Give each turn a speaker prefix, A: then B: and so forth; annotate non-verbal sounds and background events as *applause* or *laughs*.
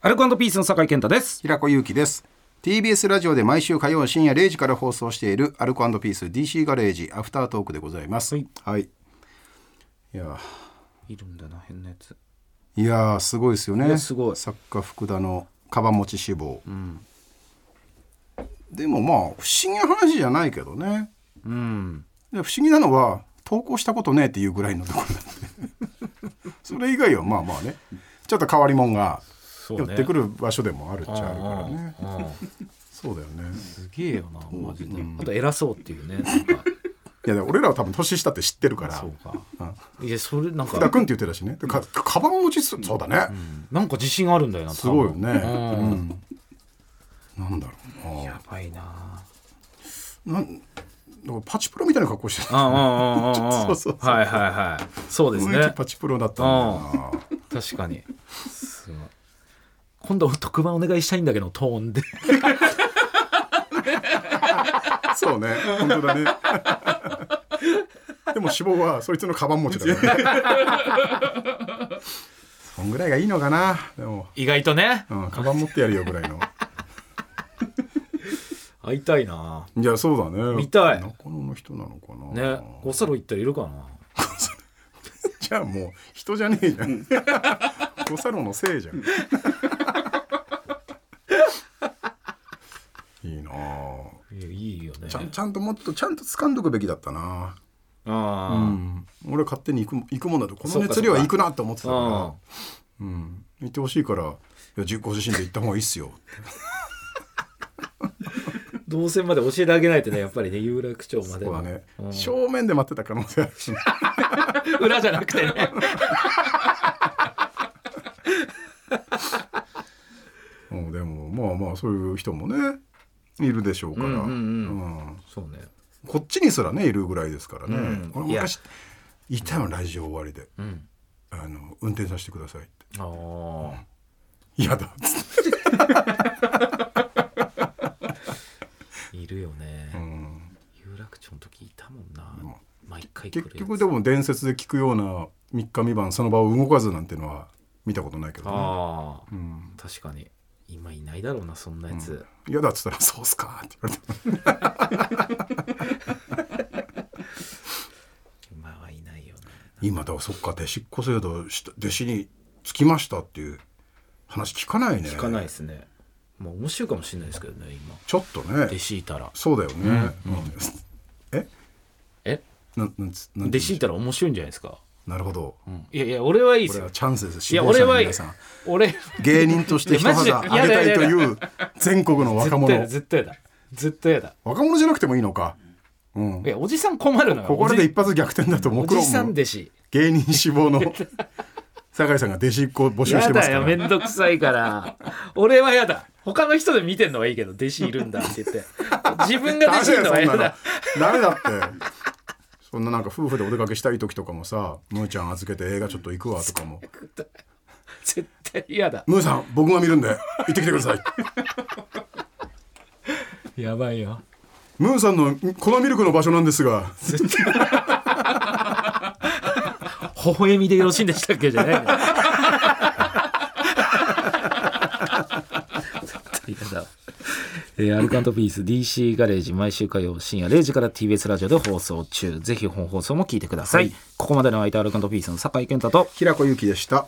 A: アルコピースの酒井健太です。
B: 平子祐希です TBS ラジオで毎週火曜深夜0時から放送しているアルコピース DC ガレージアフタートークでございます
A: はい、
B: い、いや
A: いるんだな、変なやつ。
B: いやーすごいですよ
A: い
B: ね
A: やすごい
B: 作家福田のカバン持ち志望、でもまあ不思議な話じゃないけどね
A: うん。
B: いや不思議なのは投稿したことねえっていうぐらいのところ
A: *laughs*
B: なんでそれ以外はまあまあねちょっと変わり者が
A: そう
B: 寄
A: ね
B: ってくる場所でもあるっちゃあるからね
A: うん
B: そうだよね
A: すげえよな、マジで。あと偉そうっていうね、なんか。
B: いやでも俺らは多分年下って知ってるから
A: そうか。
B: うん
A: いや、それなん
B: 福田
A: か、
B: 君って言ってたしねでかカバン持ちすそうだね、
A: なんか自信あるんだよな、
B: すごいよね、
A: 多分
B: う
A: うん
B: ん、なんだろうな
A: やばいな。
B: なんなんかパチプロみたいな格好して
A: うん
B: た、
A: うんうんうんうん。
B: そうそうそう
A: はいはいはい。そうです
B: 雰囲
A: ね
B: 気。パチプロだったんだよな
A: 確かに。すごい今度特番お願いしたいんだけど、トーンで。
B: そうね本当だね *laughs* でも志望はそいつのカバン持ちだから、ね、
A: *laughs*
B: そんぐらいがいいのかなでも、
A: 意外とね。
B: うん、カバン持ってやるよぐらいの
A: 会いたいな。
B: いやそうだね
A: 見たい
B: 中野の人なのかな
A: ね、おそろ行ったらいるかな。
B: じゃあもう人じゃねえじゃ *laughs* ん。ゴサロのせいじゃん。いいなあ
A: いやいいよね
B: ちゃんちゃんともっとちゃんと掴んどくべきだったな。
A: あ
B: う
A: あ、
B: ん。俺は勝手に行くも行くもんだとこの
A: そうか
B: 熱量は行くなって思ってた
A: あ
B: から。うん。行ってほしいから。いや自己自身で行った方がいい
A: *laughs*
B: っすよ。
A: あ動線まで教えてあげないとねやっぱりね有楽町まで
B: そ
A: の
B: うだね
A: う。ん
B: 正面で待ってた可能性
A: *laughs*
B: あるし。
A: 裏じゃなくてね
B: うんでもまあまあそういう人もねいるでしょうから。
A: うんうんうん
B: うん
A: *laughs* そうね
B: こっちにすらねいるぐらいですからね、
A: うん
B: 俺
A: いや
B: 昔いたよラジオ終わりで
A: うん
B: あの「運転させてください」って *laughs*
A: ああ
B: 「嫌だ」っつって、
A: いるよね、
B: うん
A: 有楽町の時いたもんな、
B: うん
A: 毎回来るや
B: 結
A: つ
B: 局でも伝説で聞くような3日三晩その場を動かずなんてのは見たことないけどね
A: ああ
B: 「うん
A: 確かに今いないだろうなそんなやつ、
B: 嫌、だ」っつったら「そうっすか」って言われて
A: 今はいないよね
B: 今だからそっか弟子っ子制度した弟子につきましたっていう話聞かないね
A: 聞かないですねまあ面白いかもしれないですけどね今
B: ちょっとね
A: 弟子いたら
B: そうだよね、うんえ
A: え
B: なんなんつなんて
A: 弟子い
B: 言うんでしょ
A: たら面白いんじゃないですか、
B: うなるほど
A: うん、いやいや俺はいいで
B: こ
A: す
B: れは
A: よ
B: チャンスです
A: いや
B: 志望者
A: 俺
B: の
A: はいい
B: 皆さん
A: 俺
B: 芸人として一肌上げたいという全国の若
A: 絶対だ絶対
B: 者
A: だ絶対だ
B: 若者じゃなくてもいいのか、うん
A: い、やおじさん困るのよ
B: ここらで一発逆転だと
A: お
B: 目
A: じお
B: 論
A: じさん
B: む
A: 弟子
B: 芸人志
A: *laughs*
B: 望の酒井さんが弟子っ子を募集し
A: や
B: てます
A: だ
B: か
A: よめん
B: ら
A: どくさいから俺はやだ他の人で見てんのはいいけど弟子いるんだって言って自分が弟子いるのは
B: ダメ
A: や
B: だよ
A: だ
B: そんなのダメだってそんななんか夫婦でお出かけしたい時とかもさ「むーちゃん預けて映画ちょっと行くわ」とかも
A: 絶対やだ
B: 「むーさん僕が見るんで行ってきてください」
A: やばいよ
B: 「むーさんの粉ミルクの場所なんですが
A: 微笑みでよろしいんでしたっけじゃないの絶対やだえーアルカントピース DC ガレージ毎週火曜深夜0時から TBS ラジオで放送中ぜひ本放送も聞いてください、
B: はい
A: ここまでの相手はアルカントピースの酒井健太と
B: 平子由紀でした」